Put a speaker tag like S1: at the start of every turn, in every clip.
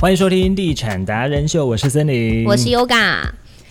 S1: 欢迎收听《地产达人秀》，我是森林，
S2: 我是 Yoga。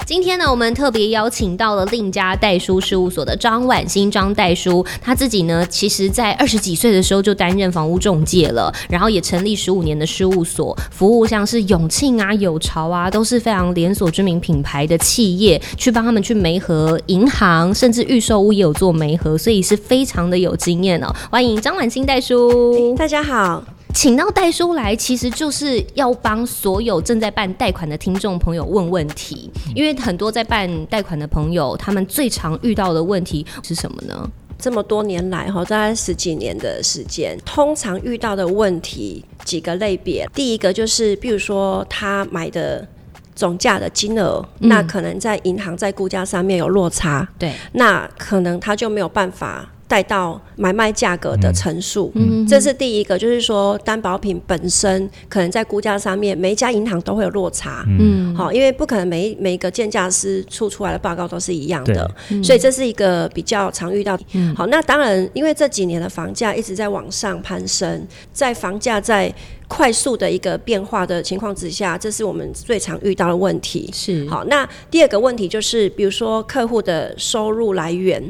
S2: 今天呢，我们特别邀请到了令家代书事务所的张婉欣张代书，他自己呢，其实在二十几岁的时候就担任房屋中介了，然后也成立十五年的事务所，服务像是永庆啊、友潮啊，都是非常连锁知名品牌的企业，去帮他们去媒合银行，甚至预售屋也有做媒合，所以是非常的有经验哦。欢迎张婉欣代书，
S3: 大家好。
S2: 请到代书来，其实就是要帮所有正在办贷款的听众朋友问问题，因为很多在办贷款的朋友，他们最常遇到的问题是什么呢？
S3: 这么多年来，哈，大概十几年的时间，通常遇到的问题几个类别。第一个就是，比如说他买的总价的金额，嗯、那可能在银行在估价上面有落差，
S2: 对，
S3: 那可能他就没有办法。带到买卖价格的陈述，嗯、这是第一个，就是说担保品本身可能在估价上面，每一家银行都会有落差，嗯，好，因为不可能每每一个鉴价师出出来的报告都是一样的，所以这是一个比较常遇到。嗯、好，那当然，因为这几年的房价一直在往上攀升，在房价在。快速的一个变化的情况之下，这是我们最常遇到的问题。
S2: 是
S3: 好，那第二个问题就是，比如说客户的收入来源。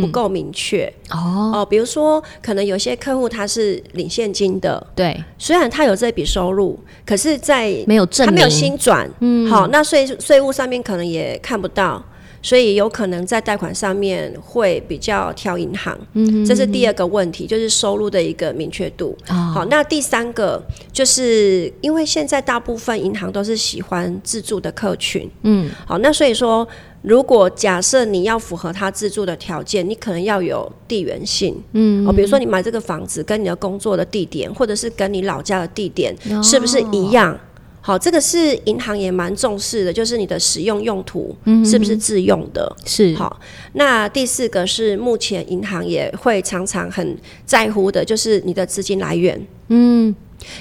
S3: 不够明确、
S2: 嗯、哦
S3: 哦，比如说，可能有些客户他是领现金的，
S2: 对，
S3: 虽然他有这笔收入，可是在
S2: 没有证
S3: 他没有新转，嗯，好，那税税务上面可能也看不到，所以有可能在贷款上面会比较挑银行，嗯,哼嗯哼，这是第二个问题，就是收入的一个明确度。哦、好，那第三个就是因为现在大部分银行都是喜欢自住的客群，嗯，好，那所以说。如果假设你要符合他自住的条件，你可能要有地缘性，嗯，哦，比如说你买这个房子跟你的工作的地点，或者是跟你老家的地点、哦、是不是一样？好，这个是银行也蛮重视的，就是你的使用用途是不是自用的？
S2: 是
S3: 好。那第四个是目前银行也会常常很在乎的，就是你的资金来源，嗯。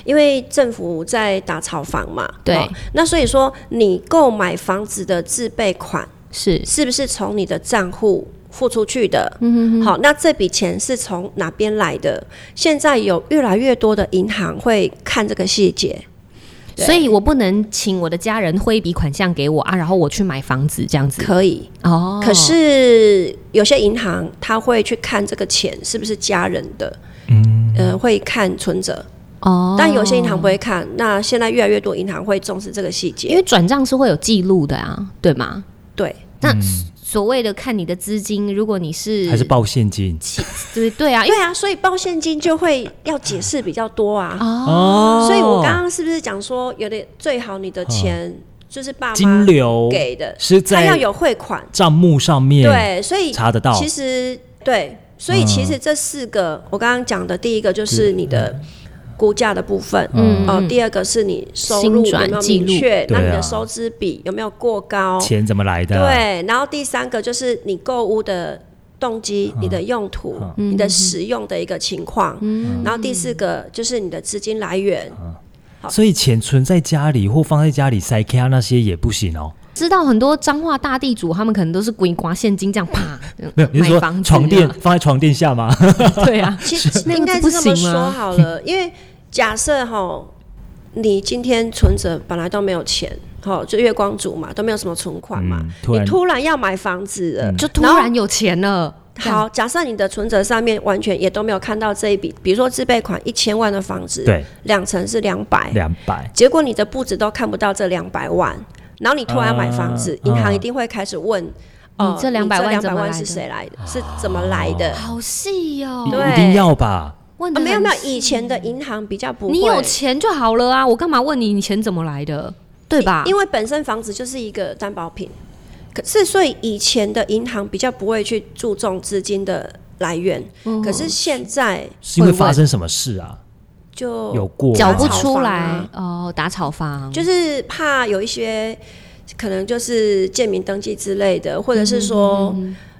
S3: 因为政府在打炒房嘛，
S2: 对、
S3: 哦，那所以说你购买房子的自备款。
S2: 是
S3: 是不是从你的账户付出去的？嗯好，那这笔钱是从哪边来的？现在有越来越多的银行会看这个细节，
S2: 所以我不能请我的家人汇一笔款项给我啊，然后我去买房子这样子。
S3: 可以
S2: 哦，
S3: 可是有些银行他会去看这个钱是不是家人的，嗯，呃，会看存折。
S2: 哦，
S3: 但有些银行不会看。那现在越来越多银行会重视这个细节，
S2: 因为转账是会有记录的啊，对吗？
S3: 对。
S2: 那所谓的看你的资金，如果你是
S1: 嗯还是报现金，
S2: 对对啊，
S3: 对啊，所以报现金就会要解释比较多啊。
S2: 哦，
S3: 所以我刚刚是不是讲说，有点最好你的钱就是爸妈
S1: 哦金流
S3: 给的，
S1: 是在
S3: 要有汇款
S1: 账目上面
S3: 对，所以
S1: 查得到。嗯
S3: 其实对，所以其实这四个、嗯、我刚刚讲的第一个就是你
S1: 嗯
S3: 的。估价的部分，嗯，哦，第二个是你收入有没有明确，那你的收支比有没有过高，
S1: 钱怎么来啊的？
S3: 对，然后第三个就是你购物的动
S1: 嗯
S3: 机、你的用途、你的使用的一个情况，
S1: 嗯
S3: 然后第四个就是你的资金来源。
S1: 所以钱存在家里或放在家里塞卡那些也不行哦。
S2: 知道很多彰化大地主，他们可能都是鬼刮现金这样啪，
S1: 没有你
S2: 说房
S1: 床垫放在床垫下吗？
S2: 对啊，
S3: 其实应该是这么说好了，因为假设哈，你今天存折本来都没有钱，哈，就月光族嘛，都没有什么存款嘛，嗯、突你突然要买房子了，嗯、
S2: 就突然有钱了。
S3: 好，假设你的存折上面完全也都没有看到这一笔，比如说自备款一千万的房子，
S1: 对，
S3: 两成是两百，
S1: 两百，
S3: 结果你的簿子都看不到这两百万。然后你突然要买房子，银行一定会开始问，呃
S2: 哦，这两百万
S3: 两百万是谁来的？是怎么来的？呃
S2: 好细哦，
S1: 一定要吧？
S2: 问的
S3: 哦没有没有，以前的银行比较不，
S2: 你有钱就好了啊，我干嘛问你你钱怎么来的？对吧？
S3: 因为本身房子就是一个担保品，可是所以以前的银行比较不会去注重资金的来源，
S2: 嗯
S3: 可是现在
S1: 是因为发生什么事啊？
S3: 就
S1: 有过啊
S2: 缴不出来哦，打炒房
S3: 啊就是怕有一些可能就是建民登记之类的，或者是
S2: 嗯
S3: 说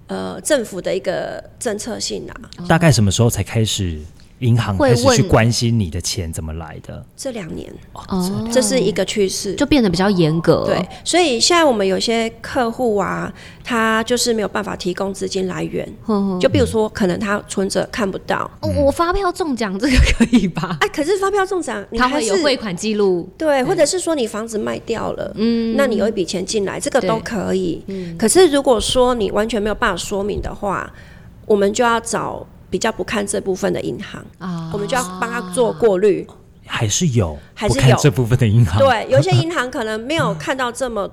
S3: 呃政府的一个政策性啊。
S1: 大概什么时候才开始银行
S2: 会
S1: 开始
S2: 问
S1: 去关心你的钱怎么来的。
S3: 这两年
S2: 哦，
S3: 这是一个趋势。
S2: 就变得比较严格，
S3: 对，所以现在我们有些客户啊，他就是没有办法提供资金来源，
S2: 哼哼
S3: 就比如说可能他存折看不到，
S2: 哦，
S1: 嗯
S2: 我发票中奖这个可以吧？
S3: 哎、可是发票中奖，你
S2: 它
S3: 还
S2: 会
S3: 是
S2: 有汇款记录，
S3: 对，或者是说你房子卖掉了，嗯，那你有一笔钱进来，这个
S2: 对嗯
S3: 都可以。可是如果说你完全没有办法说明的话，我们就要找比较不看这部分的银行，
S2: 啊
S3: 我们就要帮他做过滤。
S1: 还是有，
S3: 还是
S1: 我看
S3: 有
S1: 这部分的银行，
S3: 对，有一些银行可能没有看到这么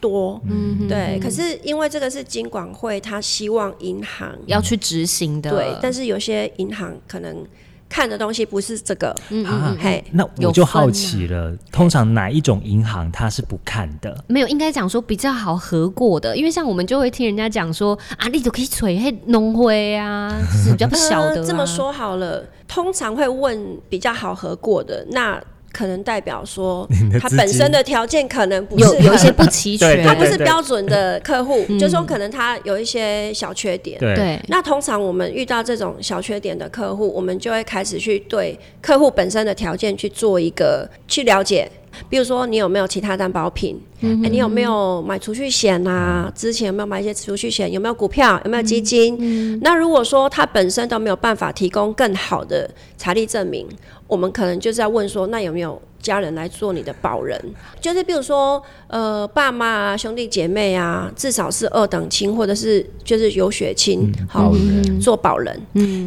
S3: 多，
S2: 嗯
S3: 对。可是因为这个是金管会，他希望银行
S2: 要去执行的，
S3: 对，但是有些银行可能看的东西不是这个，
S2: 嗯
S1: 啊，
S3: 嘿，
S1: 那
S2: 有
S1: 我就
S2: 分
S1: 好
S2: 啊
S1: 奇了，通常哪一种银行它是不看的？
S2: 没有，应该讲说比较好合过的，因为像我们就会听人家讲说啊，你就可以吹黑农会啊，就是比较小的、啊
S3: 呃这么，说好了，通常会问比较好合过的，那可能代表说
S1: 你的
S3: 他
S1: 资
S3: 本
S1: 金
S3: 身的条件可能不是
S2: 有有一些
S3: 很
S2: 不齐全，
S1: 对
S3: 他
S1: 对
S3: 不是
S1: 对嗯
S3: 标准的客户，就说可能他有一些小缺点。
S1: 对，
S2: 对
S3: 那通常我们遇到这种小缺点的客户，我们就会开始去对客户本身的条件去做一个去了解，比如说你有没有其他担保品，哎你有没有买储蓄险啊？之前有没有买一些储蓄险？有没有股票？有没有基金？那如果说他本身都没有办法提供更好的财力证明，我们可能就是要问说，那有没有家人来做你的保人？就是比如说，呃，爸妈啊、兄弟姐妹啊，至少是二等亲或者是就是有血亲，
S1: 嗯
S3: 好、做保人。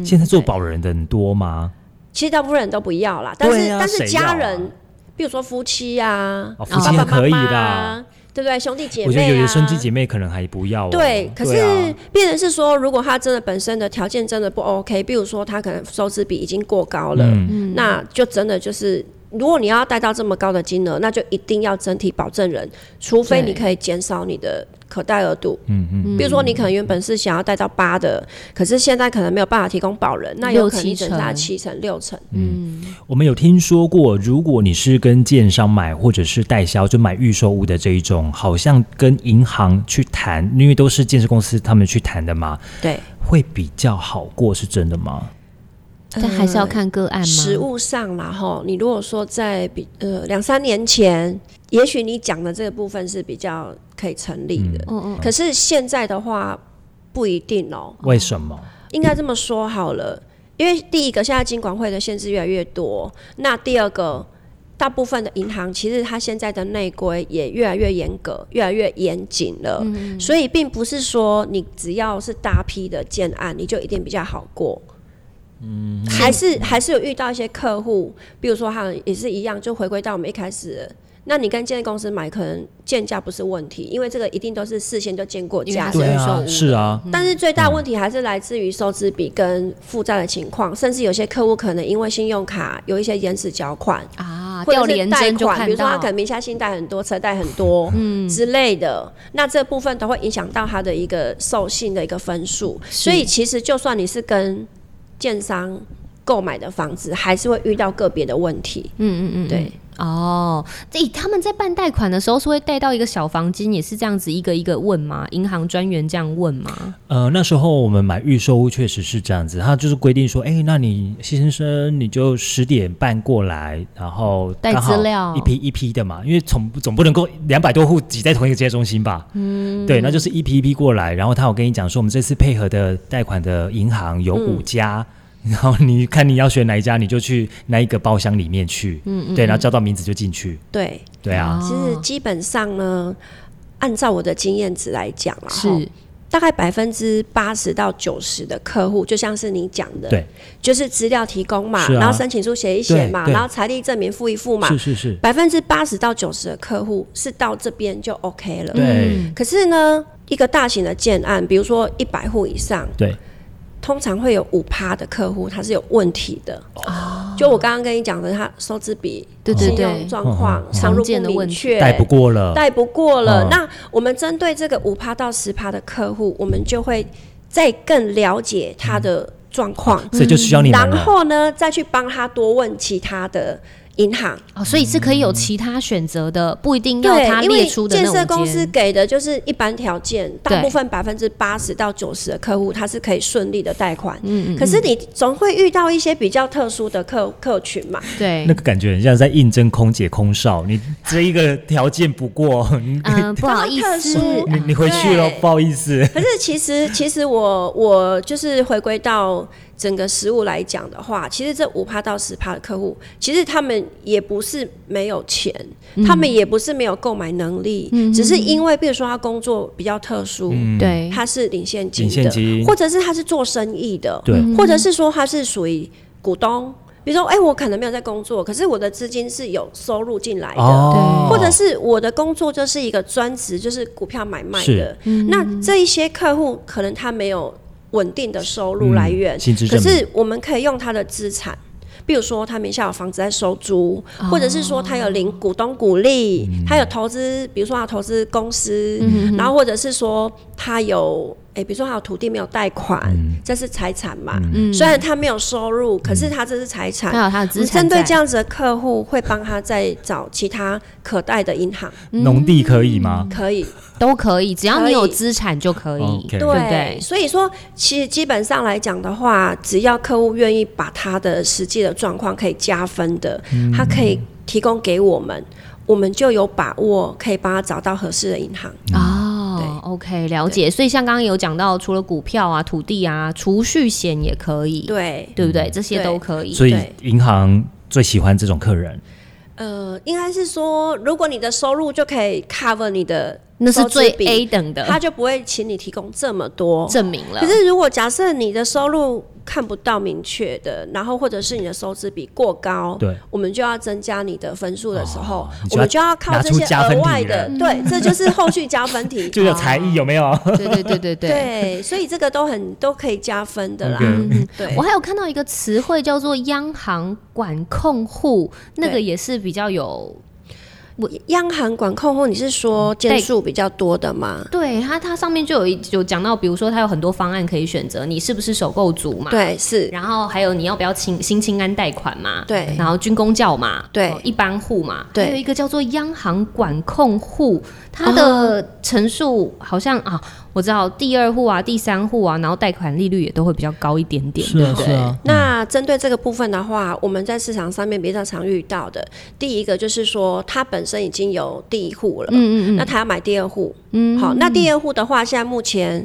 S1: 现在做保人的很多吗？
S3: 其实大部分人都不要啦，但是、
S1: 对啊
S3: 但
S1: 谁
S3: 是
S1: 要啊
S3: 家人，比如说夫妻啊，
S1: 哦，夫
S2: 啊
S1: 妻还
S3: 爸爸
S1: 可以
S3: 妈妈
S1: 啦。
S3: 啊，对不对？兄弟姐妹、啊，
S1: 我觉得有的兄弟姐妹可能还不要、哦。
S3: 对，可是
S1: 啊
S3: 变成是说，如果他真的本身的条件真的不 OK，比如说他可能收支比已经过高了，
S1: 嗯
S2: 嗯
S3: 那就真的就是，如果你要贷到这么高的金额，那就一定要整体保证人，除非
S2: 对
S3: 你可以减少你的可贷额度。
S1: 嗯嗯，
S3: 比如说，你可能原本是想要贷到八的，可是现在可能没有办法提供保人，那有可能你只能贷
S2: 六
S3: 七成、六成。
S1: 我们有听说过，如果你是跟建商买或者是代销，就买预售屋的这一种，好像跟银行去谈，因为都是建设公司他们去谈的嘛，
S3: 对，
S1: 会比较好过，是真的吗？
S2: 但还是要看个案吗？
S3: 实物上啦，吼，你如果说在比呃两三年前，也许你讲的这个部分是比较可以成立的，
S2: 嗯嗯
S3: 可是现在的话不一定哦、
S1: 为什么？
S3: 应该这么说好了，因为第一个现在金管会的限制越来越多，那第二个。大部分的银行其实它现在的内规也越来越严格，越来越严谨了，
S2: 嗯
S3: 所以并不是说你只要是大批的建案，你就一定比较好过。嗯，还是还是有遇到一些客户，比如说他也是一样，就回归到我们一开始的，那你跟建设公司买，可能建价不是问题，因为这个一定都是事先就见过
S2: 因为它
S3: 价
S2: 是
S3: 的，
S1: 对
S2: 预售屋
S1: 啊，
S2: 的
S1: 是啊，
S2: 嗯
S3: 但是最大问题还是来自于收支比跟负债的情况，甚至有些客户可能因为信用卡有一些延迟缴款，
S2: 啊，
S3: 或
S2: 掉
S3: 者
S2: 连
S3: 是贷
S2: 针就
S3: 款，
S2: 看
S3: 比如说他
S2: 到
S3: 可能名下信贷很多，车贷很多，嗯之类的，那这部分都会影响到他的一个授信的一个分数。所以其实就算你是跟建商购买的房子，还是会遇到个别的问题。
S2: 嗯嗯嗯，
S3: 对，
S2: 哦，这他们在办贷款的时候是会贷到一个小房间，也是这样子一个一个问吗？银行专员这样问吗？
S1: 呃，那时候我们买预售屋确实是这样子，他就是规定说，哎、那你先生你就十点半过来，然后
S2: 带
S1: 刚好
S2: 资料
S1: 一批一批的嘛，因为总总不能够两百多户挤在同一个接待中心吧？嗯，对，那就是一批一批过来，然后他有跟你讲说，我们这次配合的贷款的银行有五家。然后你看你要选哪一家，你就去那一个包厢里面去，嗯嗯对，然后叫到名字就进去，
S3: 对，
S1: 对啊，
S2: 哦
S3: 其实基本上呢，按照我的经验值来讲啦，吼
S2: 是
S3: 大概百分之八十到九十的客户，就像是你讲的，
S1: 对，
S3: 就是资料提供嘛，
S1: 是啊
S3: 然后申请书写一写嘛，
S1: 对对
S3: 然后财力证明付一付嘛，
S1: 是是是，
S3: 百分之八十到九十的客户是到这边就 OK 了。
S1: 对、
S3: 可是呢，一个大型的建案，比如说一百户以上，
S1: 对，
S3: 通常会有五趴的客户他是有问题的。
S1: 哦
S3: 就我刚刚跟你讲的，他收支比、
S2: 对对
S3: 信
S2: 对
S3: 用，状
S1: 嗯
S3: 况、收
S2: 常
S3: 入
S2: 见的
S3: 不
S2: 问
S3: 明
S2: 题
S3: 确，
S1: 贷不过了，
S3: 贷不过了。
S1: 嗯
S3: 那我们针对这个五趴到十趴的客户，我们就会再更了解他的状况，
S1: 所以就需要你们
S3: 然
S1: 了。
S3: 后呢，再去帮他多问其他的银行。
S2: 哦，所以是可以有其他选择的，不一定要
S3: 对
S2: 他，
S3: 因
S2: 列
S3: 为
S2: 出的
S3: 建
S2: 那
S3: 设
S2: 种
S3: 公司给的就是一般条件，大
S2: 对
S3: 部分百分之八十到九十的客户他是可以顺利的贷款。嗯嗯。可是你总会遇到一些比较特殊的客客群嘛，
S2: 对
S1: 那，个感觉很像在应征空姐、空少，你这一个条件不过， 你
S2: 嗯，不好
S3: 然后
S2: 意
S3: 特
S2: 思，
S3: 殊
S1: 你你回去喽
S3: 对，
S1: 不好意思。
S3: 可是其实，其实我我就是回归到整个实物来讲的话，其实这五趴到十趴的客户，其实他们也不是没有钱，他们也不是没有购买能力，只是因为比如说他工作比较特殊，
S2: 对，
S3: 他是领现
S1: 嗯
S3: 金
S1: 领现
S3: 的，
S1: 金
S3: 或者是他是做生意的，
S1: 对
S3: 或者是说他是属于股东。比如说，哎、我可能没有在工作，可是我的资金是有收入进来的，
S1: 哦，
S3: 或者是我的工作就是一个专职，就是股票买卖的
S1: 是。
S3: 那这一些客户可能他没有稳定的收入来源，
S1: 嗯薪资
S3: 可
S1: 证明
S3: 是我们可以用他的资产。比如说，他名下有房子在收租，或者是说他有领股东股利，
S1: 嗯
S3: 他有投资，比如说他有投资公司，然后或者是说他有，诶、比如说他有土地没有贷款，
S1: 嗯
S3: 这是财产嘛？虽然他没有收入，可是他这是财产，
S2: 他有他的
S3: 我
S2: 资
S3: 们
S2: 产
S3: 针对
S2: 在
S3: 这样子的客户，会帮他再找其他可贷的银行，
S1: 农地可以吗？
S3: 可以。
S2: 都可以，只要
S3: 可
S2: 你
S3: 以
S2: 有资产就可以，
S1: OK
S2: 对不对？
S3: 所以说，其实基本上来讲的话，只要客户愿意把他的实际的状况可以加分的，
S2: 嗯
S3: 他可以提供给我们，我们就有把握可以帮他找到合适的银行。
S2: 哦，OK，了解。所以像刚刚有讲到，除了股票啊、土地啊、储蓄险也可以，
S3: 对，
S2: 对不对？这些
S3: 对
S2: 都可以。
S1: 所以
S3: 对
S1: 银行最喜欢这种客人，
S3: 呃，应该是说，如果你的收入就可以 cover 你的
S2: 那是
S3: 收支
S2: 最
S3: 比
S2: A 等的，
S3: 他就不会请你提供这么多。
S2: 证明了
S3: 可。是如果假设你的收入看不到明确的，然后或者是你的收支比过高，
S1: 对，
S3: 我们就要增加你的分数的时候，
S1: 哦你就
S3: 我
S1: 要
S3: 们就要靠
S1: 拿
S3: 这
S1: 出
S3: 些
S1: 加
S3: 额
S1: 分
S3: 外
S1: 题
S3: 的
S1: 了，。
S3: 对，这就是后续加分 题
S1: 就有才艺有没有？
S2: 对对对对对。
S3: 对，所以这个都很都可以加分的啦。嗯
S1: OK
S3: 对
S2: 我，还有看到一个词汇叫做“央行管控户”，那个
S3: 对
S2: 也是比较有，
S3: 央行管控后，你是说件数比较多的吗？
S2: 对它它上面就有一有讲到，比如说它有很多方案可以选择，你是不是首购族嘛？
S3: 对，是，
S2: 然后还有你要不要清新清安贷款嘛？
S3: 对
S2: 然后军工教嘛，
S3: 对
S2: 哦一般户嘛，
S3: 对
S2: 还有一个叫做央行管控户，它
S3: 哦
S2: 的乘数好像啊，我知道第二户啊、第三户啊，然后贷款利率也都会比较高一点
S1: 啊
S2: 点，对不对，
S3: 啊那针对这个部分的话，我们在市场上面比较常遇到的，第一个就是说，他本身已经有第一户了，
S2: 嗯嗯
S3: 那
S2: 嗯，
S3: 他要买第二户，嗯，好，那第二户的话，现在目前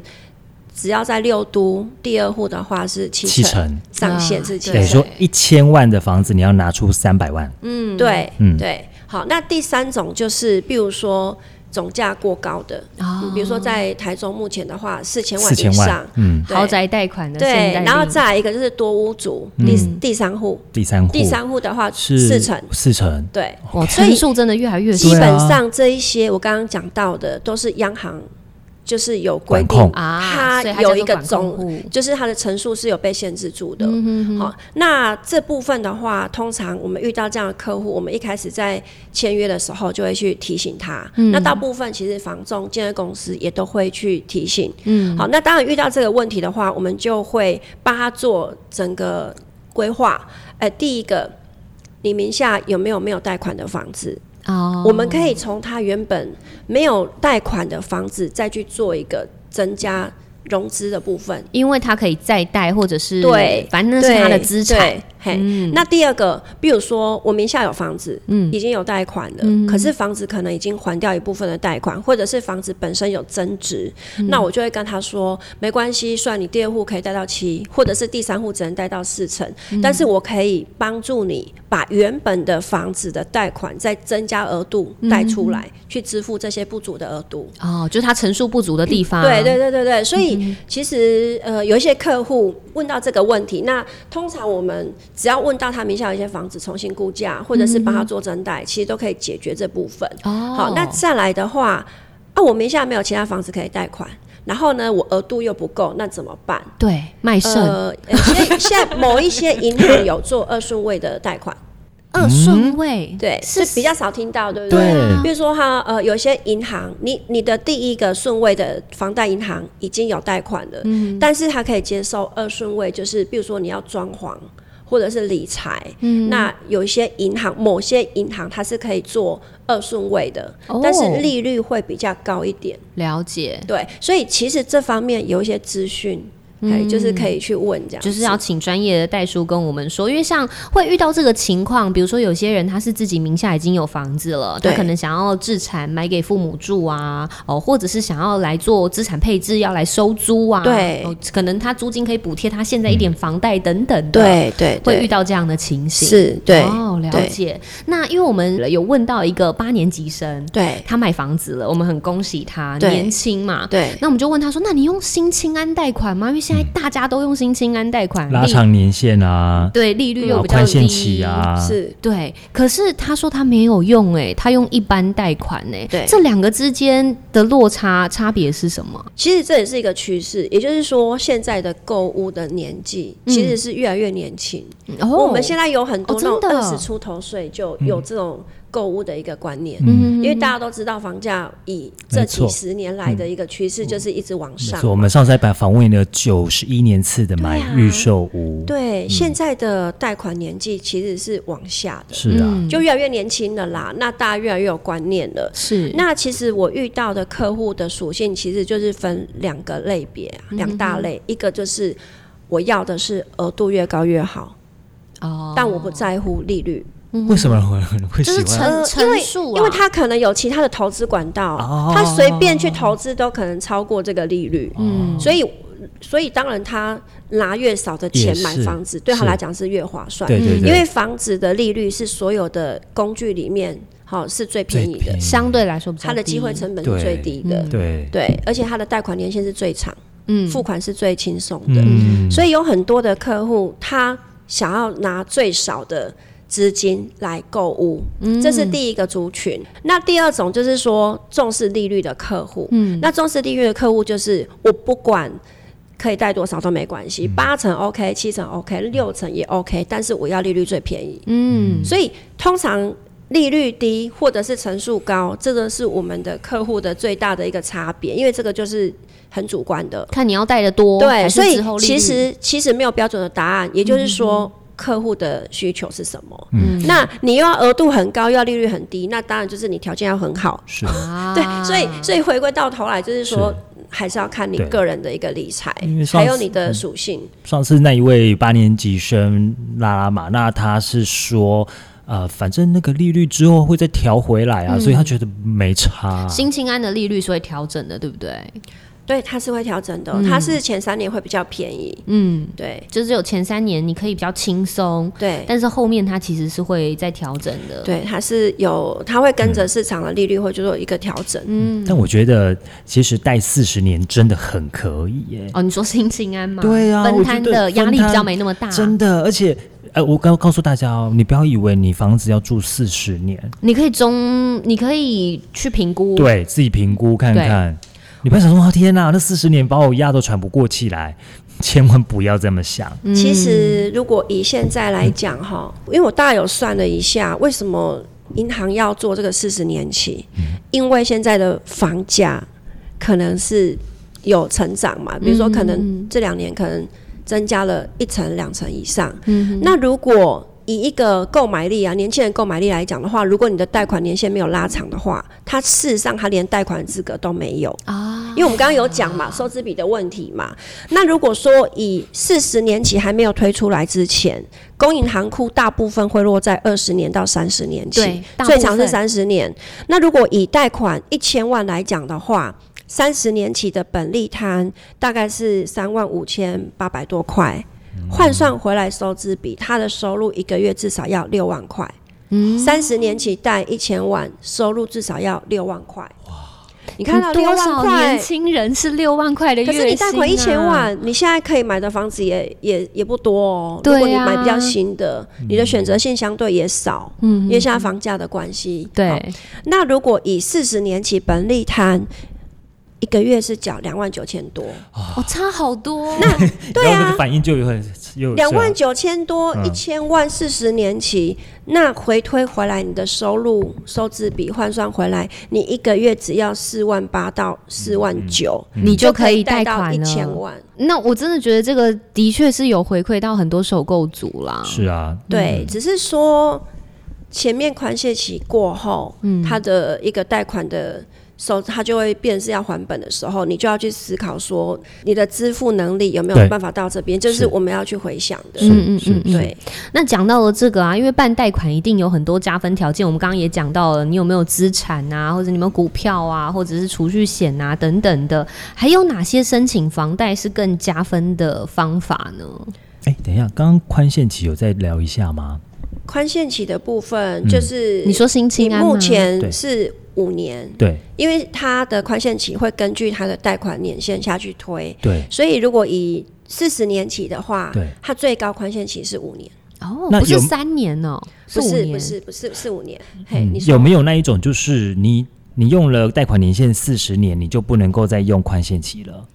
S3: 只要在六都，第二户的话是七
S1: 七成，
S3: 上限是七
S2: 对
S1: 等于
S3: 成，
S1: 说一千万的房子你要拿出三百万，
S3: 对，
S1: 嗯
S3: 对，好，那第三种就是，比如说总价过高的，
S2: 哦
S3: 比如说在台中目前的话，四千万
S1: 四
S3: 以
S1: 千
S3: 上
S1: 万，，嗯，
S3: 对
S2: 豪宅贷款的
S3: 对
S2: 现贷，利，
S3: 然后再来一个就是多屋主，第第三户，
S1: 第三户，
S3: 第三户的话
S1: 嗯是
S3: 四成，
S1: 四成，
S3: 对，
S2: 哇，
S3: 所以
S2: 乘哦数真的越来越
S3: 基
S2: 少
S1: 对啊
S3: 本上这一些我刚刚讲到的都是央行就是有规
S1: 管
S3: 定
S1: 控
S2: 啊，
S3: 它
S2: 所以
S3: 有一个
S2: 叫做管控
S3: 总嗯
S2: 户，
S3: 就是它的层数是有被限制住的。
S2: 嗯
S3: 好、那这部分的话，通常我们遇到这样的客户，我们一开始在签约的时候就会去提醒他。那大部分其实房仲、建设公司也都会去提醒。嗯，好，那当然遇到这个问题的话，我们就会帮他做整个规划。呃，第一个。你名下有没有没有贷款的房子？
S2: 哦，
S3: 我们可以从他原本没有贷款的房子再去做一个增加融资的部分。
S2: 因为它可以再贷或者是
S3: 对
S2: 反正那是它的
S3: 对
S2: 资产，嗯
S3: 对嘿，那第二个，比如说我名下有房子，已经有贷款了，
S2: 嗯
S3: 可是房子可能已经还掉一部分的贷款，或者是房子本身有增值，
S2: 嗯
S3: 那我就会跟他说，没关系，虽然你第二户可以贷到七，或者是第三户只能贷到四成，
S2: 嗯
S3: 但是我可以帮助你把原本的房子的贷款再增加额度
S2: 嗯
S3: 贷出来，去支付这些不足的额度。
S2: 哦，就是它乘数不足的地方，
S3: 对对对对对，所以其实呃，有一些客户问到这个问题，那通常我们只要问到他名下有一些房子重新估价，或者是帮他做增贷，其实都可以解决这部分。
S2: 哦，
S3: 好，那再来的话，啊，我名下没有其他房子可以贷款，然后呢，我额度又不够，那怎么办？
S2: 对卖肾、
S3: 呃，呃现在现在某一些银行有做二顺位的贷款，嗯
S2: 二嗯顺位，
S3: 对，
S2: 是
S3: 是比较少听到，对不对？
S1: 对
S3: 比如说哈，呃，有些银行，你你的第一个顺位的房贷银行
S2: 嗯
S3: 已经有贷款了，但是它可以接受二顺位，就是比如说你要装潢。或者是理财。
S2: 嗯
S3: 那有一些银行，某些银行它是可以做二顺位的，
S2: 哦
S3: 但是利率会比较高一点。
S2: 了解，
S3: 对，所以其实这方面有一些资讯，哎、就是可以去问这样子，
S2: 嗯就是要请专业的代书跟我们说，因为像会遇到这个情况，比如说有些人他是自己名下已经有房子了，他
S3: 对
S2: 可能想要置产买给父母住啊，哦，或者是想要来做资产配置，要来收租啊，
S3: 对
S2: 哦，可能他租金可以补贴他现在一点房贷等等的，，
S3: 对对
S2: 会遇
S3: 对，
S2: 到这样的情形，
S3: 是，对
S2: 哦，了
S3: 对
S2: 解。那因为我们有问到一个八年级生，
S3: 对
S2: 他买房子了，我们很恭喜他，
S3: 对
S2: 年轻嘛。
S3: 对
S2: 那我们就问他说：“那你用新青安贷款吗？因为现在大家都用新青安贷款，
S1: 拉
S2: 利
S1: 长年限啊，
S2: 对利率
S1: 然
S2: 又
S1: 后
S2: 比较
S1: 宽限
S2: 低
S1: 期。啊，
S3: 是。
S2: 对，可是他说他没有用、欸，他用一般贷款、欸，
S3: 对
S2: 这两个之间的落差差别是什么？
S3: 其实这也是一个趋势，也就是说，现在的购物的年纪
S2: 嗯
S3: 其实是越来越年轻。
S2: 哦，
S3: 我们现在有很多
S2: 哦
S3: 那种
S2: 真的
S3: 二十出头岁就有这种购物的一个观念，
S2: 嗯，
S3: 因为大家都知道房价以这几十年来的一个趋
S2: 嗯
S3: 势就是一直往
S1: 没
S3: 上。
S1: 错，我们上次还把访问了九十一年次的买
S3: 对啊
S1: 预售屋，
S2: 嗯
S3: 对，现在的贷款年纪其实是往下的，
S1: 是啊，
S2: 嗯
S3: 就越来越年轻了啦。那大家越来越有观念了。
S2: 是
S3: 那其实我遇到的客户的属性其实就是分两个类别啊，两
S2: 嗯
S3: 大类，一个就是我要的是额度越高越好，
S2: 哦，
S3: 但我不在乎利率，
S1: 为什么会会
S2: 就是
S1: 喜欢？
S2: 乘
S3: 呃因
S2: 乘
S3: 为
S2: 数、啊
S3: 因为他可能有其他的投资管道，
S1: 哦
S3: 他随便去投资都可能超过这个利率，
S1: 嗯
S3: 所以所以当然他拿越少的
S1: 也
S3: 钱
S1: 是
S3: 买房子，对他
S1: 是
S3: 来讲是越划算，
S1: 对对
S3: 因
S1: 对，
S3: 为房子的利率是所有的工具里面好、是最便宜
S1: 最
S3: 的
S1: 便，宜
S2: 相对来说比较
S3: 它的
S2: 低
S3: 机会成本是
S1: 对
S3: 最低的，
S1: 对，
S3: 对，而且它的贷款年限是最长，
S2: 嗯
S3: 付款是最轻松的，
S1: 嗯，
S3: 所以有很多的客户他想要拿最少的资金来购物，这是第一个族群。那第二种就是说重视利率的客户，嗯，那重视利率的客户就是我不管。可以贷多少都没关系，八成 OK，七成 OK，六成也 OK，但是我要利率最便宜。
S2: 嗯
S3: 所以通常利率低或者是层数高，这个是我们的客户的最大的一个差别，因为这个就是很主观的。
S2: 看你要贷的多，
S3: 对，
S2: 还
S3: 所
S2: 是
S3: 以
S2: 之后利率嗯
S3: 其实其实没有标准的答案，也就是说。客户的需求是什么？
S1: 嗯
S3: 那你又要额度很高，又要利率很低，那当然就是你条件要很好。
S1: 是
S2: 啊
S3: 对，所以所以回归到头来，就是说
S1: 是
S3: 还是要看你
S1: 对
S3: 个人的一个理财
S1: 因为，上
S3: 还
S1: 次嗯
S3: 有你的属性。
S1: 上次那一位八年级生拉拉玛，那他是说。呃，反正那个利率之后会再调回来
S3: 嗯
S1: 啊，所以他觉得没差、
S2: 新青安的利率是会调整的，对不对？
S3: 对，它是会调整的哦，它是前三年会比较便宜。
S2: 嗯，
S3: 对
S2: 就是有前三年你可以比较轻松，
S3: 对，
S2: 但是后面它其实是会再调整的。，
S3: 对，它是有，它会跟
S1: 嗯
S3: 着市场的利率会去做一个调整。
S1: 但我觉得其实贷四十年真的很可以耶。
S2: 哦，你说新青安 吗？
S1: 对啊
S2: 分
S1: 我觉
S2: 摊
S1: 得
S2: 的压力
S1: 分摊
S2: 比较没那么
S3: 啊
S2: 大。
S1: 真的，而且，呃，我刚告诉大家哦，你不要以为你房子要住四十年，
S2: 你可以中，你可以去评估。，
S1: 对自己评估看看。你不要想说，哦天哪，那四十年把我压都喘不过气来， 千万不要这么想。
S3: 其实如果以现在来讲哈，因为我大概有算了一下，为什么银行要做这个四十年期？因为现在的房价可能是有成长嘛，比如说可能这两年可能增加了一成、两成以上。那如果以一个购买力啊，年轻人购买力来讲的话，如果你的贷款年限没有拉长的话，他事实上他连贷款资格都没有。
S2: 啊，
S3: 因为我们刚刚有讲嘛，收支比的问题嘛。那如果说以四十年期还没有推出来之前，公银行库大部分会落在二十年到三十年期
S2: 对，大部
S3: 最
S2: 分
S3: 长是三十年。那如果以贷款一千万来讲的话，三十年期的本利摊大概是三万五千八百多块。换算回来收支比，他的收入一个月至少要六万块。
S2: 嗯
S3: 三十年期贷一千万，收入至少要六万块。你看到六
S2: 多
S3: 万
S2: 少
S3: 块
S2: 年，啊轻人是六万块的月
S3: 可
S2: 薪、啊？
S3: 是你贷款一千，万，你现在可以买的房子也也也不多哦。如果
S2: 对
S3: 你
S2: 啊
S3: 买比较新的，你的选择性相对也少，
S2: 嗯
S3: 因为现在房价的关系。好，
S2: 对，
S3: 那如果以四十年期本利摊，一个月是缴两万九千多，
S2: 哦，差好多。
S1: 那
S3: 对啊
S1: 那个反应就有很又
S3: 两万
S1: 是
S3: 九千多，
S1: 嗯
S3: 一千万四十年期，那回推回来，你的收入收支比换算回来，你一个月只要四万八到四万九、
S2: 你嗯就可以贷
S3: 贷到
S2: 款
S3: 一
S2: 了。
S3: 千万。
S2: 那我真的觉得这个的确是有回馈到很多首购族啦
S1: 啊，。是啊，
S3: 对，只是说前面宽限期过后，嗯，它的一个贷款的收，它就会变成是要还本的时候，你就要去思考说你的支付能力有没
S1: 对
S3: 有办法到这边，就是
S1: 是
S3: 我们要去回想的。
S1: 是
S2: 嗯嗯
S1: 是
S2: 嗯嗯
S3: 对，
S2: 那讲到了这个啊，因为办贷款一定有很多加分条件，我们刚刚也讲到了，你有没有资产啊，或者你有没有股票啊，或者是储蓄险啊等等的，还有哪些申请房贷是更加分的方法呢？
S1: 哎、等一下，刚刚宽限期有再聊一下吗？
S3: 宽限期的部分就是、
S2: 你说新
S3: 你
S2: 青安吗
S3: 目
S1: 对
S3: 前是五年，
S1: 对
S3: 因为它的宽限期会根据它的贷款年限下去推，
S1: 对，
S3: 所以如果以四十年期的话
S1: 对，
S3: 它最高宽限期是五年，
S2: 哦，
S1: 那
S2: 不是
S1: 有
S2: 三年哦、
S3: 不
S2: 五
S3: 是
S2: 年
S3: 不是不是是五年。
S2: 哎
S3: 嘿，
S1: 嗯
S3: 你，说
S1: 有没有那一种就是你你用了贷款年限四十年，你就不能够再用宽限期了？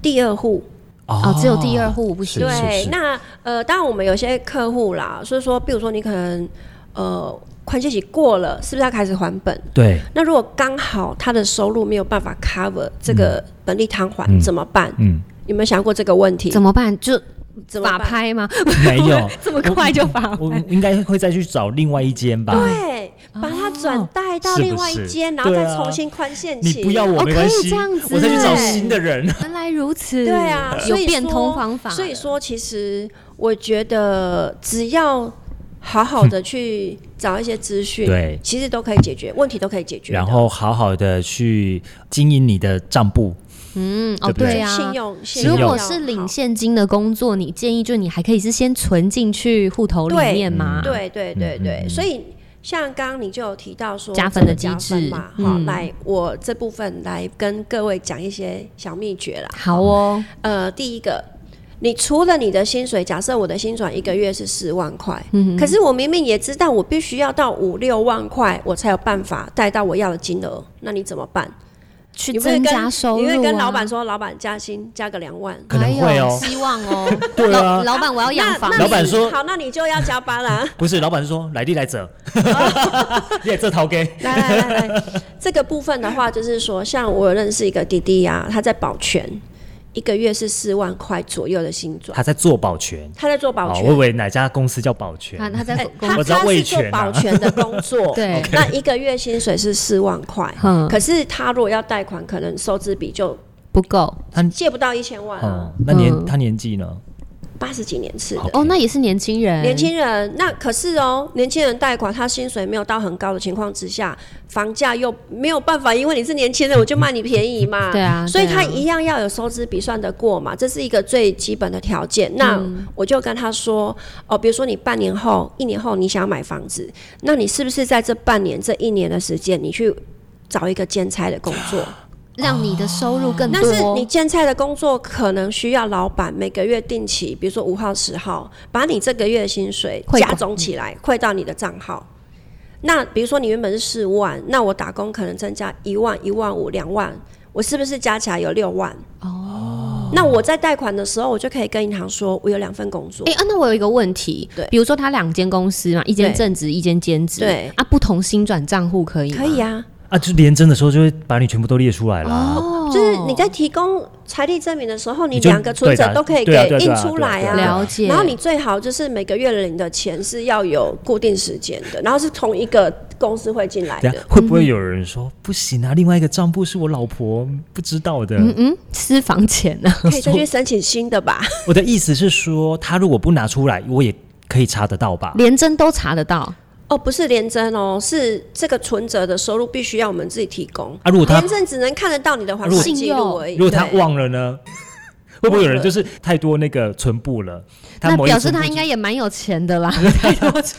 S3: 第二户？
S1: 哦
S2: 哦，只有第二户不
S1: 是
S2: 行。
S1: 是
S3: 对
S1: 是，
S3: 那呃，当然我们有些客户啦，所以说，比如说你可能呃宽限期过了，是不是要开始还本？
S1: 对，
S3: 那如果刚好他的收入没有办法 cover 这个本利摊还、
S1: 嗯
S3: 怎么办？
S1: 嗯，
S3: 有没有想过这个问题？
S2: 怎么办？就
S3: 怎么
S2: 法
S3: 办？
S2: 拍吗？
S1: 没有，
S2: 这么快就法
S1: 我
S2: 拍？
S1: 应该会再去找另外一间吧。
S3: 对，
S2: 哦
S3: 把它转贷到
S1: 是不
S3: 另外一
S1: 是
S3: 间，然后
S1: 对
S3: 再
S1: 啊
S3: 重新宽限期。
S1: 你不要我
S2: 哦
S1: 没关
S2: 可以
S1: 系
S2: 这样，子
S1: 我再去找
S2: 欸
S1: 新的人。
S2: 原来如此。
S3: 对啊，
S2: 呃有
S3: 所以
S2: 变
S3: 说
S2: 通方法了。
S3: 所以说，其实我觉得只要好好的去找一些资讯，
S1: 对
S3: 其实都可以解决问题，都可以解决的。
S1: 然后好好的去经营你的账簿。
S2: 嗯，哦，
S1: 对不对
S2: 啊，
S3: 信用，信
S2: 如
S3: 用
S2: 果
S3: 要
S2: 是领
S3: 好
S2: 现金的工作，你建议就你还可以是先存进去户头里
S3: 对
S2: 面
S1: 嗯
S2: 吗？，
S3: 对对对对，所以。像刚刚你就有提到说
S2: 加分的
S3: 怎么
S2: 机
S3: 加分
S2: 制
S3: 嘛，
S2: 嗯
S3: 好，来我这部分来跟各位讲一些小秘诀啦。
S2: 好哦，
S3: 呃，第一个，你除了你的薪水，假设我的薪水一个月是十万块，
S2: 嗯
S3: 可是我明明也知道我必须要到五六万块，我才有办法贷到我要的金额，那你怎么办？
S2: 去
S3: 你会
S2: 增
S3: 跟
S2: 加收入、啊，
S3: 你会跟老板说，老板加薪加个两万。
S1: 可能会哦
S2: 哎呦希望哦，
S1: 对啊
S2: 老老板我要养房
S3: 那，
S1: 老板说
S3: 好，那你就要加班 啦、
S1: 不是，老板说来地来者，你也这头给
S3: 来来来来，这个部分的话，就是说，像我有认识一个弟弟呀、他在保全，一个月是四万块左右的薪转，
S1: 他在做保全。
S3: 他在做保
S1: 哦
S3: 全。
S1: 我以为哪家公司叫保全？
S2: 啊他他在
S3: 哎
S2: 公，
S3: 他
S1: 我知道
S3: 他
S1: 味
S3: 是做
S1: 全啊
S3: 保全的工 作
S2: 对
S3: 那一个月薪水是四万块
S2: 嗯，
S3: 可是他如果要贷款，可能收支比就
S2: 不够
S3: 借不到一千万啊
S1: 哦，，那年、
S2: 嗯
S1: 他年纪呢？
S3: 八十几年次
S1: 好
S3: 的。
S2: 哦，那也是年轻人，
S3: 年轻人，那可是哦，年轻人贷款，他薪水没有到很高的情况之下，房价又没有办法，因为你是年轻人，我就卖你便宜 嘛。
S2: 对啊
S3: 所以
S2: 对啊
S3: 他一样要有收支比算得过嘛，这是一个最基本的条件。那我就跟他说，哦，比如说你半年后、一年后你想买房子，那你是不是在这半年、这一年的时间，你去找一个兼差的工作？
S2: 让你的收入更多。
S3: 但是你兼差的工作可能需要老板每个月定期，比如说五号、十号，把你这个月的薪水
S2: 汇款
S3: 加总起来，汇到你的账号。那比如说你原本是四万，那我打工可能增加一万、一万五、两万，我是不是加起来有六万？哦，那我在贷款的时候，我就可以跟银行说，我有两份工作
S2: 哎、。啊，那我有一个问题，
S3: 对
S2: 比如说他两间公司嘛，一间
S3: 对
S2: 正职，一间兼职，
S3: 对
S2: 啊，不同薪转账户可以吗
S3: 可以啊，
S1: 啊，就连征的时候就会把你全部都列出来了啊。
S2: 哦，
S3: 就是你在提供财力证明的时候，你
S1: 你就
S3: 两个存
S1: 对
S3: 折
S1: 的
S3: 都可以
S1: 对啊
S3: 给
S1: 对啊对
S3: 印
S1: 啊
S3: 出
S1: 对啊
S3: 来
S1: 对啊对啊
S3: 啊。
S2: 了解，
S3: 然后你最好就是每个月领的钱是要有固定时间的，然后是同一个公司会进来
S1: 等一下
S3: 的。
S1: 啊会不会有人说、不行啊？另外一个账簿是我老婆不知道的。
S2: 嗯嗯，私房钱呢、啊
S3: 可以再去申请新的吧？
S1: 我的意思是说，他如果不拿出来，我也可以查得到吧？
S2: 连真都查得到，
S3: 哦，不是连征哦，是这个存折的收入必须要我们自己提供。
S1: 啊，如果他
S3: 连征只能看得到你的还
S1: 如
S3: 款
S1: 果
S3: 记录而已。
S1: 如果他
S3: 哎对
S1: 忘了呢？会不会有人就是太多那个存簿了？
S2: 那
S1: 某一
S2: 表
S1: 个
S2: 示
S1: 存
S2: 他
S1: 簿
S2: 应该也蛮有钱的啦。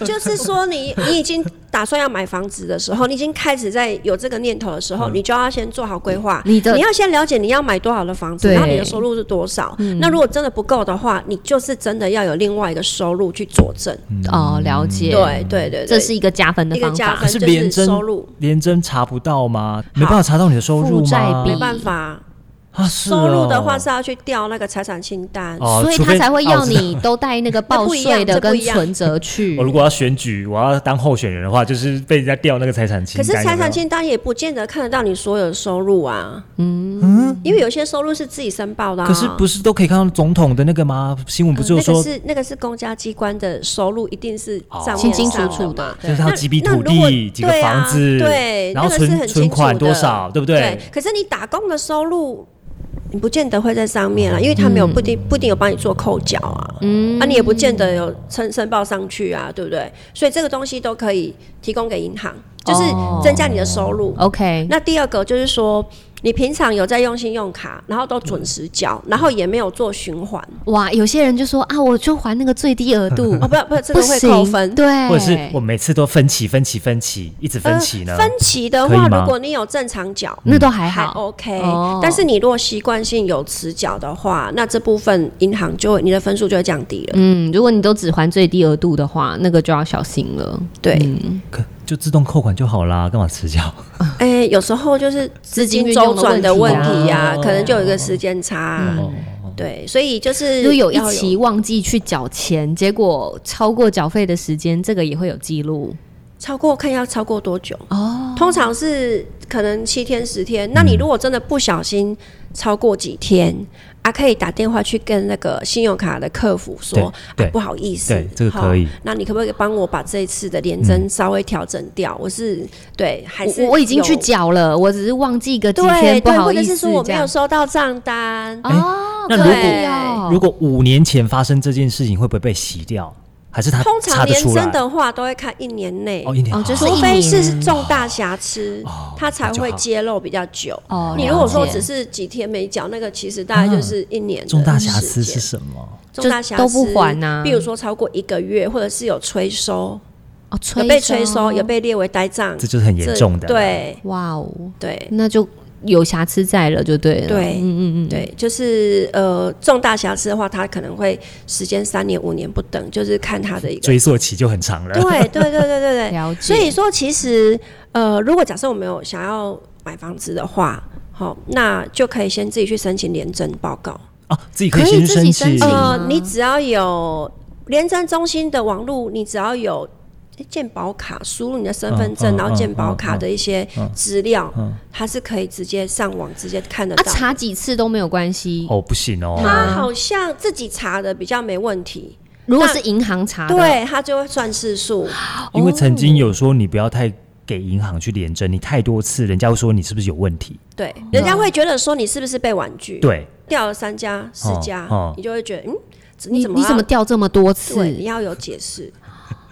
S3: 就是说你，你已经打算要买房子的时候，你已经开始在有这个念头的时候，你就要先做好规划。
S2: 你的
S3: 你要先了解你要买多少的房子，
S2: 对
S3: 然后你的收入是多少。那如果真的不够的话，你就是真的要有另外一个收入去佐证。
S2: 哦，
S1: 嗯
S2: 了解，
S3: 对对对对，
S2: 这是一个加分的
S3: 一个
S2: 方
S3: 加
S1: 可
S2: 法
S3: 分，
S1: 是
S3: 就
S1: 廉
S3: 是
S1: 征
S3: 收入
S1: 连真查不到吗？没办法查到你的收入
S2: 负债
S1: 吗？
S2: 比
S3: 没办法。
S1: 啊，是哦
S3: 收入的话是要去调那个财产清单。
S1: 哦，
S2: 所以
S1: 除
S2: 他
S1: 非
S2: 才会要
S1: 哦
S2: 你都带那个报
S3: 不一样
S2: 税的
S3: 这不
S2: 跟
S3: 一样
S2: 存折去
S1: 我。如果要选举，我要当候选人的话，就是被人家调那个财产清单。
S3: 可是财
S1: 有没
S3: 产
S1: 有
S3: 清单也不见得看得到你所有的收入啊，嗯，因为有些收入是自己申报的、啊。啊
S1: 可是不是都可以看到总统的那个吗？新闻不是有
S3: 那
S1: 说，
S3: 个是那个是公家机关的收入，一定是
S1: 哦
S3: 账
S2: 清
S3: 面
S2: 清楚
S3: 上
S2: 楚的
S3: 嘛
S1: 就是他有
S3: 那
S1: 几笔
S3: 那
S1: 土
S3: 如果
S1: 地、几个
S3: 对啊
S1: 房子，
S3: 对，
S1: 然后
S3: 那个是
S1: 存
S3: 很
S1: 存
S3: 清楚
S1: 款多
S3: 的
S1: 少，对不
S3: 对
S1: 对？
S3: 可是你打工的收入，你不见得会在上面啊，
S1: 嗯
S3: 因为他没有不一定不一定有帮你做扣缴啊，
S2: 嗯
S3: 啊，你也不见得有申申报上去啊，对不对？所以这个东西都可以提供给银行，就是
S2: 哦
S3: 增加你的收入。
S2: OK，
S3: 那第二个就是说，你平常有在用信用卡，然后都准时缴，然后也没有做循环，
S2: 哇，有些人就说啊，我就还那个最低额 度，
S3: 哦，不要不要，这
S2: 不
S3: 个会
S2: 行，
S3: 扣分。呃
S2: 对，
S1: 或者是我每次都分期、分期、分期，一直分期呢？
S3: 分期的
S1: 可以
S3: 话，
S1: 吗
S3: 如果你有正常缴，
S1: 嗯
S2: 那都还
S3: 还
S2: 嗯好。
S3: OK，、
S2: 哦
S3: 但是你如果习惯性有迟缴的话，那这部分银行就会你的分数就会降低了。
S2: 嗯，如果你都只还最低额度的话，那个就要小心了。
S3: 对，
S1: 可就自动扣款就好啦，干嘛迟缴？
S3: 哎、有时候就是资金
S2: 资金运
S3: 周
S2: 用的问
S3: 转
S2: 题啊
S3: 的问题呀、
S1: 哦
S3: 可能就有一个时间差。啊
S1: 哦
S3: 对，所以就是
S2: 如果有一
S3: 要
S2: 期忘记去缴钱，结果超过缴费的时间，这个也会有记录
S3: 超过看要超过多久，
S2: 哦。
S3: 通常是可能七天十天。那你如果真的不小心超过几天。啊，可以打电话去跟那个信用卡的客服说，
S1: 对
S3: 啊
S1: 对，
S3: 不好意思
S1: 对，，这个可以。嗯
S3: 那你可不可以帮我把这一次的连征稍微调整掉？我是对，还是
S2: 我我已经去
S3: 有
S2: 缴了，我只是忘记个几天，
S3: 对
S2: 不
S3: 对，
S2: 好
S3: 或者
S2: 意
S3: 是
S2: 思，
S3: 说我
S2: 这
S3: 没
S2: 样
S3: 有收到账单，
S2: 哦，
S1: 哎那
S2: 可
S1: 如
S2: 以
S3: 果
S2: 哦
S1: 如果五年前发生这件事情，会不会被洗掉？还是他
S3: 通
S1: 查
S3: 常
S1: 得
S3: 连
S1: 出来
S3: 征？的话都会看一年内，
S1: 哦，一年哦
S2: 哦就是
S3: 除
S2: 一
S3: 非
S2: 年
S3: 是重大瑕疵，它才
S1: 那就好
S3: 会揭露比较久。
S2: 哦，
S3: 你如果说
S2: 了解嗯
S3: 只是几天没缴，那个其实大概就是一年的
S1: 重大瑕疵
S3: 时
S1: 是
S3: 间
S1: 什么？
S3: 重大瑕疵
S2: 就都不还啊
S3: 比如说超过一个月，或者是有催收，
S2: 哦，
S3: 有
S2: 催
S3: 被催收，有被列为呆账
S1: 这，就是很严重的。，
S3: 对
S2: 哇哦，
S3: 对
S2: 那就有瑕疵在了，就对了。
S3: 对
S2: 嗯嗯嗯，
S3: 对，就是呃，重大瑕疵的话，它可能会时间三年、五年不等，就是看它的一个。
S1: 追溯期就很长了。
S3: 对对对对对对。
S2: 了解。
S3: 所以说，其实呃，如果假设我们有想要买房子的话，好，那就可以先自己去申请廉政报告。
S1: 哦，自己可以
S2: 可以
S1: 先
S2: 自己申
S1: 请
S2: 请啊
S3: 呃，你只要有廉政中心的网络，你只要有诶健保卡，输入你的身份证，
S1: 嗯嗯
S3: 然后健保
S1: 嗯
S3: 卡
S1: 嗯
S3: 的一些
S1: 嗯
S3: 资料，
S1: 嗯
S3: 它是可以直接上网直接看得
S2: 啊，
S3: 到的。
S2: 查几次都没有关系。
S1: 哦，不行哦。
S3: 他好像自己查的比较没问题，
S2: 如果是银行查的，
S3: 对他就会算次数。
S1: 因为曾经有说你不要太给银行去廉征，你太多次，人家会说你是不是有问题？
S3: 对，
S2: 哦
S3: 人家会觉得说你是不是被婉拒？，
S1: 对，
S3: 掉了三家四家，
S1: 哦哦
S3: 你就会觉得嗯，这
S2: 你
S3: 怎么
S2: 你怎么
S3: 要
S2: 掉这么多
S3: 对？你
S2: 次？
S3: 要有解释。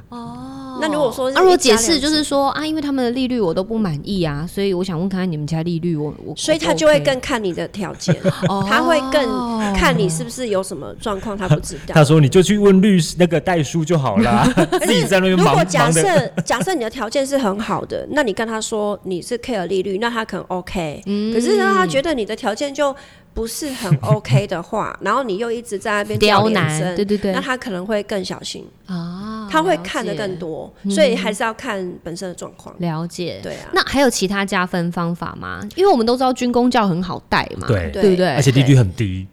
S2: 哦
S3: 那如果说是
S2: 啊，如果
S3: 一家
S2: 解
S3: 两
S2: 释
S3: 次
S2: 就是说啊，因为他们的利率我都不满意啊，所以我想问看看你们家利率我，我
S3: 所以他就会更看你的条件， 他会更看你是不是有什么状况，他不知道
S1: 他。说你就去问律师那个代书就好啦，自己在那边
S3: 如
S1: 忙
S3: 果
S1: 忙
S3: 假
S1: 的。
S3: 设假设你的条件是很好的，那你跟他说你是 care 利率，那他可能 OK。可是呢，他觉得你的条件就不是很 OK 的话，然后你又一直在那边
S2: 刁
S3: 连
S2: 难，
S3: 针
S2: 对对对
S3: 那他可能会更小心，
S2: 啊，
S3: 他会
S2: 了
S3: 看得
S2: 解
S3: 更多，所以还是要看本身的状况。
S2: 了解。
S3: 对啊，
S2: 那还有其他加分方法吗？因为我们都知道军工教很好带嘛，
S1: 对
S2: 对不对？
S1: 而且利率很低，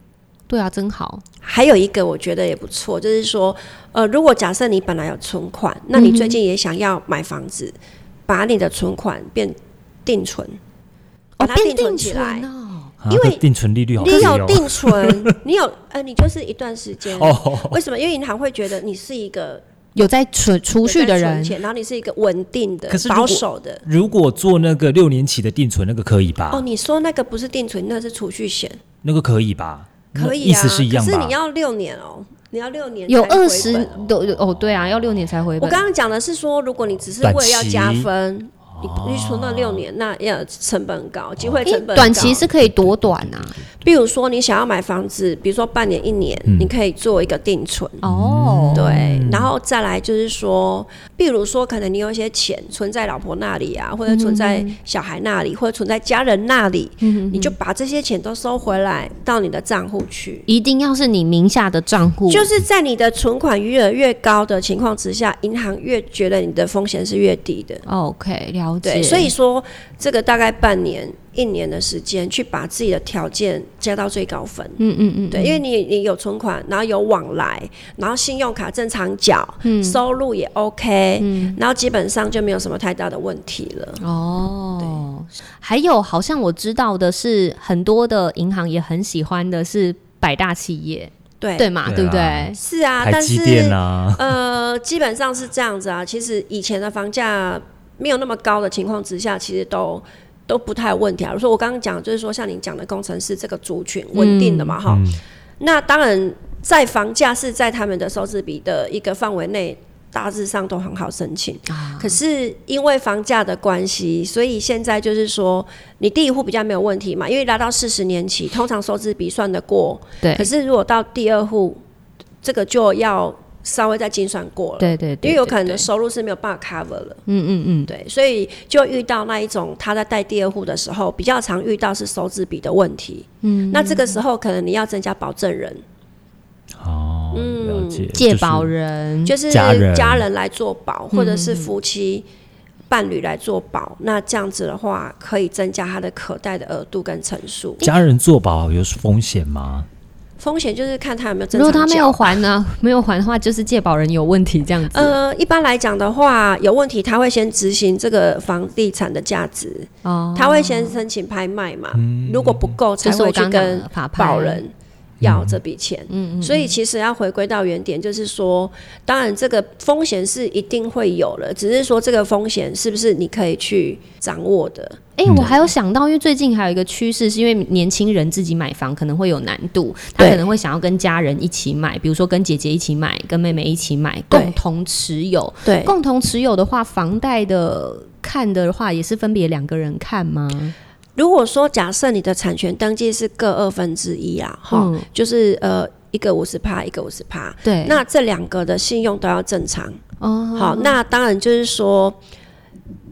S2: 对啊，真好。
S3: 还有一个我觉得也不错，就是说，呃，如果假设你本来有存款，那你最近也想要买房子，把你的存款变定存，把
S2: 哦，
S3: 它
S2: 变
S3: 存
S2: 定
S3: 起
S2: 存
S3: 来。
S2: 哦，
S1: 啊
S3: 因为
S1: 这定存利率好低
S3: 你有
S1: 哦。
S3: 定存，你有呃，你就是一段时间。
S1: 哦，
S3: 为什么？因为银行会觉得你是一个
S2: 有在存储蓄的
S3: 有在存
S2: 人，
S3: 钱，然后你是一个稳定的
S1: 可是、如果
S3: 保守的。
S1: 如果做那个六年期的定存，那个可以吧？
S3: 哦，你说那个不是定存，那是储蓄险，
S1: 那个可以吧？
S3: 可
S1: 那
S3: 以啊。
S1: 意思是一样
S3: 可是
S1: 吧
S3: 你？要六年哦，你要六年
S2: 有
S3: 才回
S2: 二
S3: 本
S2: 十都哦，对啊，要六年才回
S3: 我
S2: 本。
S3: 刚刚讲的是说，如果你只是为了要加分，你你存了六年，那要成本高，机会
S2: 因
S3: 成
S2: 为
S3: 本高
S2: 短期是，可以多短啊？
S3: 比如说你想要买房子，比如说半年一年，
S1: 嗯
S3: 你可以做一个定存。
S2: 哦，
S3: 对，然后再来就是说，比如说，可能你有一些钱存在老婆那里啊，或者存在小孩那里，或者存在家人那里，
S2: 嗯
S3: 你就把这些钱都收回来到你的账户去。
S2: 一定要是你名下的账户，
S3: 就是在你的存款余额越高的情况之下，银行越觉得你的风险是越低的。
S2: 哦 OK，了解。
S3: 对，所以说这个大概半年一年的时间去把自己的条件加到最高分。
S2: 嗯嗯嗯，
S3: 对，因为你你有存款，然后有往来，然后信用卡正常缴，
S2: 嗯
S3: 收入也 OK，、然后基本上就没有什么太大的问题了。
S2: 哦，还有好像我知道的是，很多的银行也很喜欢的是百大企业，
S3: 对，
S2: 对嘛？
S1: 对
S2: 对不
S1: 啊
S2: 对？
S3: 是啊，
S1: 台
S3: 但
S1: 积
S3: 是
S1: 电啊，
S3: 呃，基本上是这样子啊。其实以前的房价没有那么高的情况之下，其实都都不太有问题啊。所以我刚刚讲就是说，像您讲的工程师这个族群稳定的嘛，哈、
S1: 嗯
S3: 那当然，在房价是在他们的收支比的一个范围内，大致上都很好申请。
S2: 啊
S3: 可是因为房价的关系，所以现在就是说，你第一户比较没有问题嘛，因为拉到四十年期，通常收支比算得过。可
S2: 对
S3: 是如果到第二户，这个就要稍微再精算过了。
S2: 对对对，
S3: 因为有可能
S2: 对
S3: 的，收入是没有办法 cover 了，
S2: 对嗯嗯嗯，
S3: 对，所以就遇到那一种他在带第二户的时候，比较常遇到是收支比的问题。嗯，那这个时候可能你要增加保证人，
S1: 哦，
S3: 嗯
S1: 了解，
S2: 借
S1: 就是
S2: 保人
S3: 就是
S1: 家人
S3: 来做保，
S2: 嗯
S3: 或者是夫妻伴侣来做保。那这样子的话，可以增加他的可贷的额度跟成数。
S1: 家人做保有风险吗？
S3: 风险就是看他有没有正
S2: 如果
S3: 常
S2: 他没
S3: 缴
S2: 有还呢，没有还的话，就是借保人有问题这样子。
S3: 呃，一般来讲的话，有问题他会先执行这个房地产的价值，
S2: 哦，嗯
S3: 他会先申请拍卖嘛。如果不够，才
S2: 就是
S3: 会
S2: 我
S3: 去
S2: 刚刚讲
S3: 跟
S2: 的法拍
S3: 保人要这笔钱。嗯嗯。所以其实要回归到原点，就是说，当然这个风险是一定会有了，只是说这个风险是不是你可以去掌握的。
S2: 哎、我还有想到，因为最近还有一个趋势，是因为年轻人自己买房可能会有难度，他
S3: 对
S2: 可能会想要跟家人一起买，比如说跟姐姐一起买，跟妹妹一起买，
S3: 对
S2: 共同持有。
S3: 对
S2: 共同持有的话，房贷的看的话，也是分别两个人看吗？
S3: 如果说假设你的产权登记是各二分之一啊，哈、
S2: 嗯
S3: 就是呃一个五十趴，一个五十趴，
S2: 对，
S3: 那这两个的信用都要正常。
S2: 哦，
S3: 好，那当然就是说，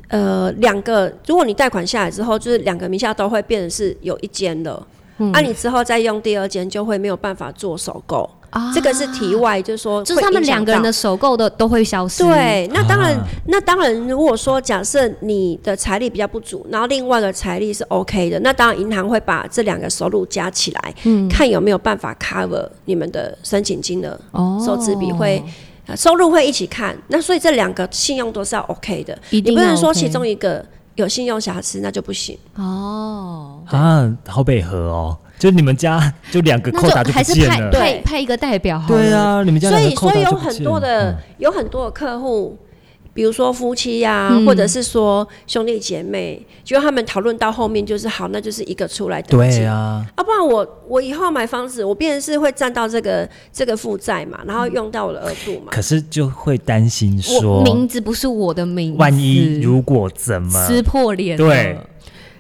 S3: 呃，两个，如果你贷款下来之后，就是两个名下都会变成是有一间了。
S2: 嗯
S3: 那、你之后再用第二间就会没有办法做首购，
S2: 啊
S3: 这个是题，外，就是说
S2: 就是他
S3: 会
S2: 们
S3: 影响
S2: 两个人
S3: 到
S2: 的首购的都会消失。，
S3: 对，那当然，
S1: 啊
S3: 那当然，如果说假设你的财力比较不足，然后另外一个财力是 OK 的，那当然银行会把这两个收入加起来，
S2: 嗯
S3: 看有没有办法 cover 你们的申请金额，
S2: 哦，
S3: 收支比会。呃收入会一起看，那所以这两个信用都是要 OK 的，
S2: 一定
S3: 你不
S2: 要
S3: 能说
S2: OK
S3: 其中一个有信用瑕疵，那就不行。
S2: 哦。
S1: 啊，好北河哦，就你们家就两个
S2: 那
S1: 扣打
S2: 就
S1: 就
S2: 还
S1: 不
S2: 是
S1: 见
S2: 派
S1: 了，
S2: 派派一个代表好了。
S1: 对啊，你们家
S3: 所
S1: 两个
S3: 以，
S1: 扣
S3: 嗯所以
S1: 打
S3: 有
S1: 就不
S3: 很
S1: 见
S3: 多的、
S1: 了嗯
S3: 有很多的客户，比如说夫妻呀、
S2: 嗯
S3: 或者是说兄弟姐妹，就他们讨论到后面就是好，那就是一个出来
S1: 嗯
S3: 登记。
S1: 对啊，
S3: 啊，不然我我以后买房子，我必然是会占到这个这个负债嘛，然后用到我的额度嘛。
S1: 可是就会担心
S2: 我
S1: 说，
S2: 名字不是我的名字，
S1: 万一如果怎么
S2: 撕破脸了，
S1: 对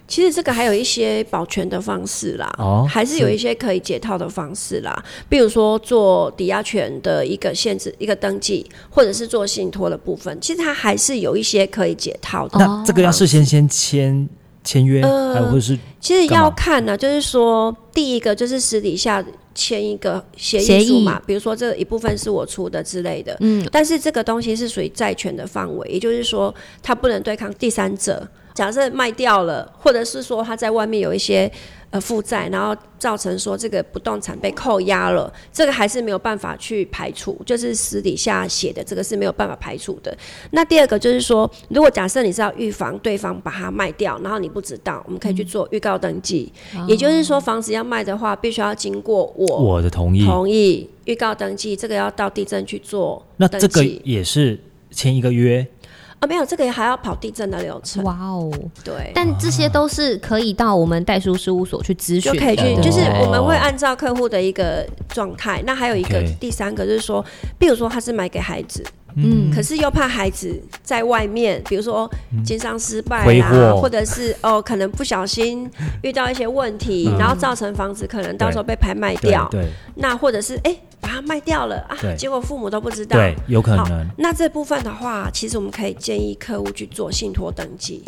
S3: 其实这个还有一些保全的方式啦，
S1: 哦
S3: 还是有一些可以解套的方式啦，比如说做抵押权的一个限制、一个登记，或者是做信托的部分，其实它还是有一些可以解套的。
S1: 那这个要事先先签签约，
S3: 呃
S1: 还有或者是
S3: 其实
S1: 干嘛
S3: 要看呢、啊就是说，第一个就是私底下签一个协
S2: 协
S3: 议
S2: 议
S3: 书嘛，比如说这一部分是我出的之类的，嗯，但是这个东西是属于债权的范围，也就是说，它不能对抗第三者。假设卖掉了，或者是说他在外面有一些呃负债，然后造成说这个不动产被扣押了，这个还是没有办法去排除，就是私底下写的这个是没有办法排除的。那第二个就是说，如果假设你是要预防对方把它卖掉，然后你不知道，我们可以去做预告登记，也就是说，房子要卖的话，必须要经过我
S1: 我的同意，
S3: 同意预告登记，这个要到地震去做
S1: 那
S3: 登
S1: 这个
S3: 记。
S1: 也是签一个约，
S3: 哦，没有，这个还要跑地震的流程，
S2: 哇哦！
S3: 对。
S2: 但这些都是可以到我们代书事务所去咨询
S3: 就
S2: 的，
S3: 可以去，
S1: 的
S3: 就是
S1: 哦
S3: 我们会按照客户的一个状态。那还有一个
S1: OK
S3: 第三个就是说，比如说他是买给孩子，嗯，可是又怕孩子在外面，比如说经商失败
S1: 挥
S3: 啦，
S1: 霍
S3: 或者是哦可能不小心遇到一些问题，然后造成房子可能到时候被拍卖
S1: 对
S3: 掉，
S1: 嗯对
S3: 那或者是哎、把它卖掉了啊
S1: 对，
S3: 结果父母都不知道。
S1: 对，有可
S3: 好
S1: 能，
S3: 那这部分的话，其实我们可以建议客户去做信托登记。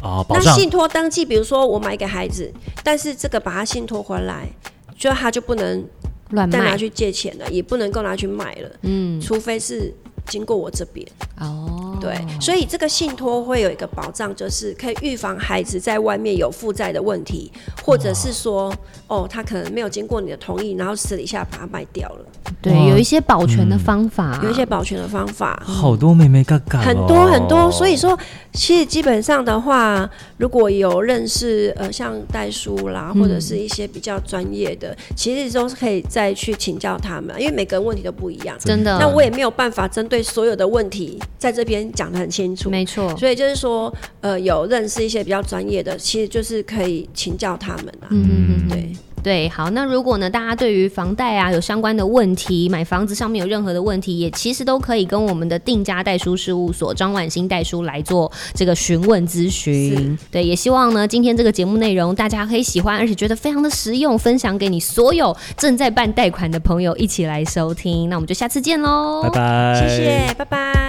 S1: 啊，保
S3: 那
S1: 障
S3: 信托登记，比如说我买给孩子，但是这个把他信托回来，就他就不能
S2: 乱
S3: 再拿
S2: 卖
S3: 去
S1: 嗯
S3: 借钱了，也不能够拿去卖了，嗯，除非是经过我这边。
S2: 哦。
S3: 对，所以这个信托会有一个保障，就是可以预防孩子在外面有负债的问题，或者是说，哦，他可能没有经过你的同意，然后私底下把它卖掉了，
S2: 对，
S1: 哇
S2: 有一些保全的方法，
S3: 嗯有一些保全的方法。
S1: 好多妹妹嘎嘎、哦，
S3: 很多很多，所以说，其实基本上的话，如果有认识呃像代书啦，
S2: 嗯
S3: 或者是一些比较专业的，其实都是可以再去请教他们，因为每个人问题都不一样。
S2: 真的，
S3: 那我也没有办法针对所有的问题在这边讲得很清楚，
S2: 没错，
S3: 所以就是说，呃，有认识一些比较专业的，其实就是可以请教他们啊。
S2: 嗯嗯嗯。
S3: 对，
S2: 对，好，那如果呢，大家对于房贷啊有相关的问题，买房子上面有任何的问题，也其实都可以跟我们的定家代书事务所张婉欣代书来做这个询问咨询。嗯对，也希望呢，今天这个节目内容大家可以喜欢，而且觉得非常的实用，分享给你所有正在办贷款的朋友一起来收听。那我们就下次见喽，
S1: 拜拜，
S2: 哎
S3: 谢谢，拜拜。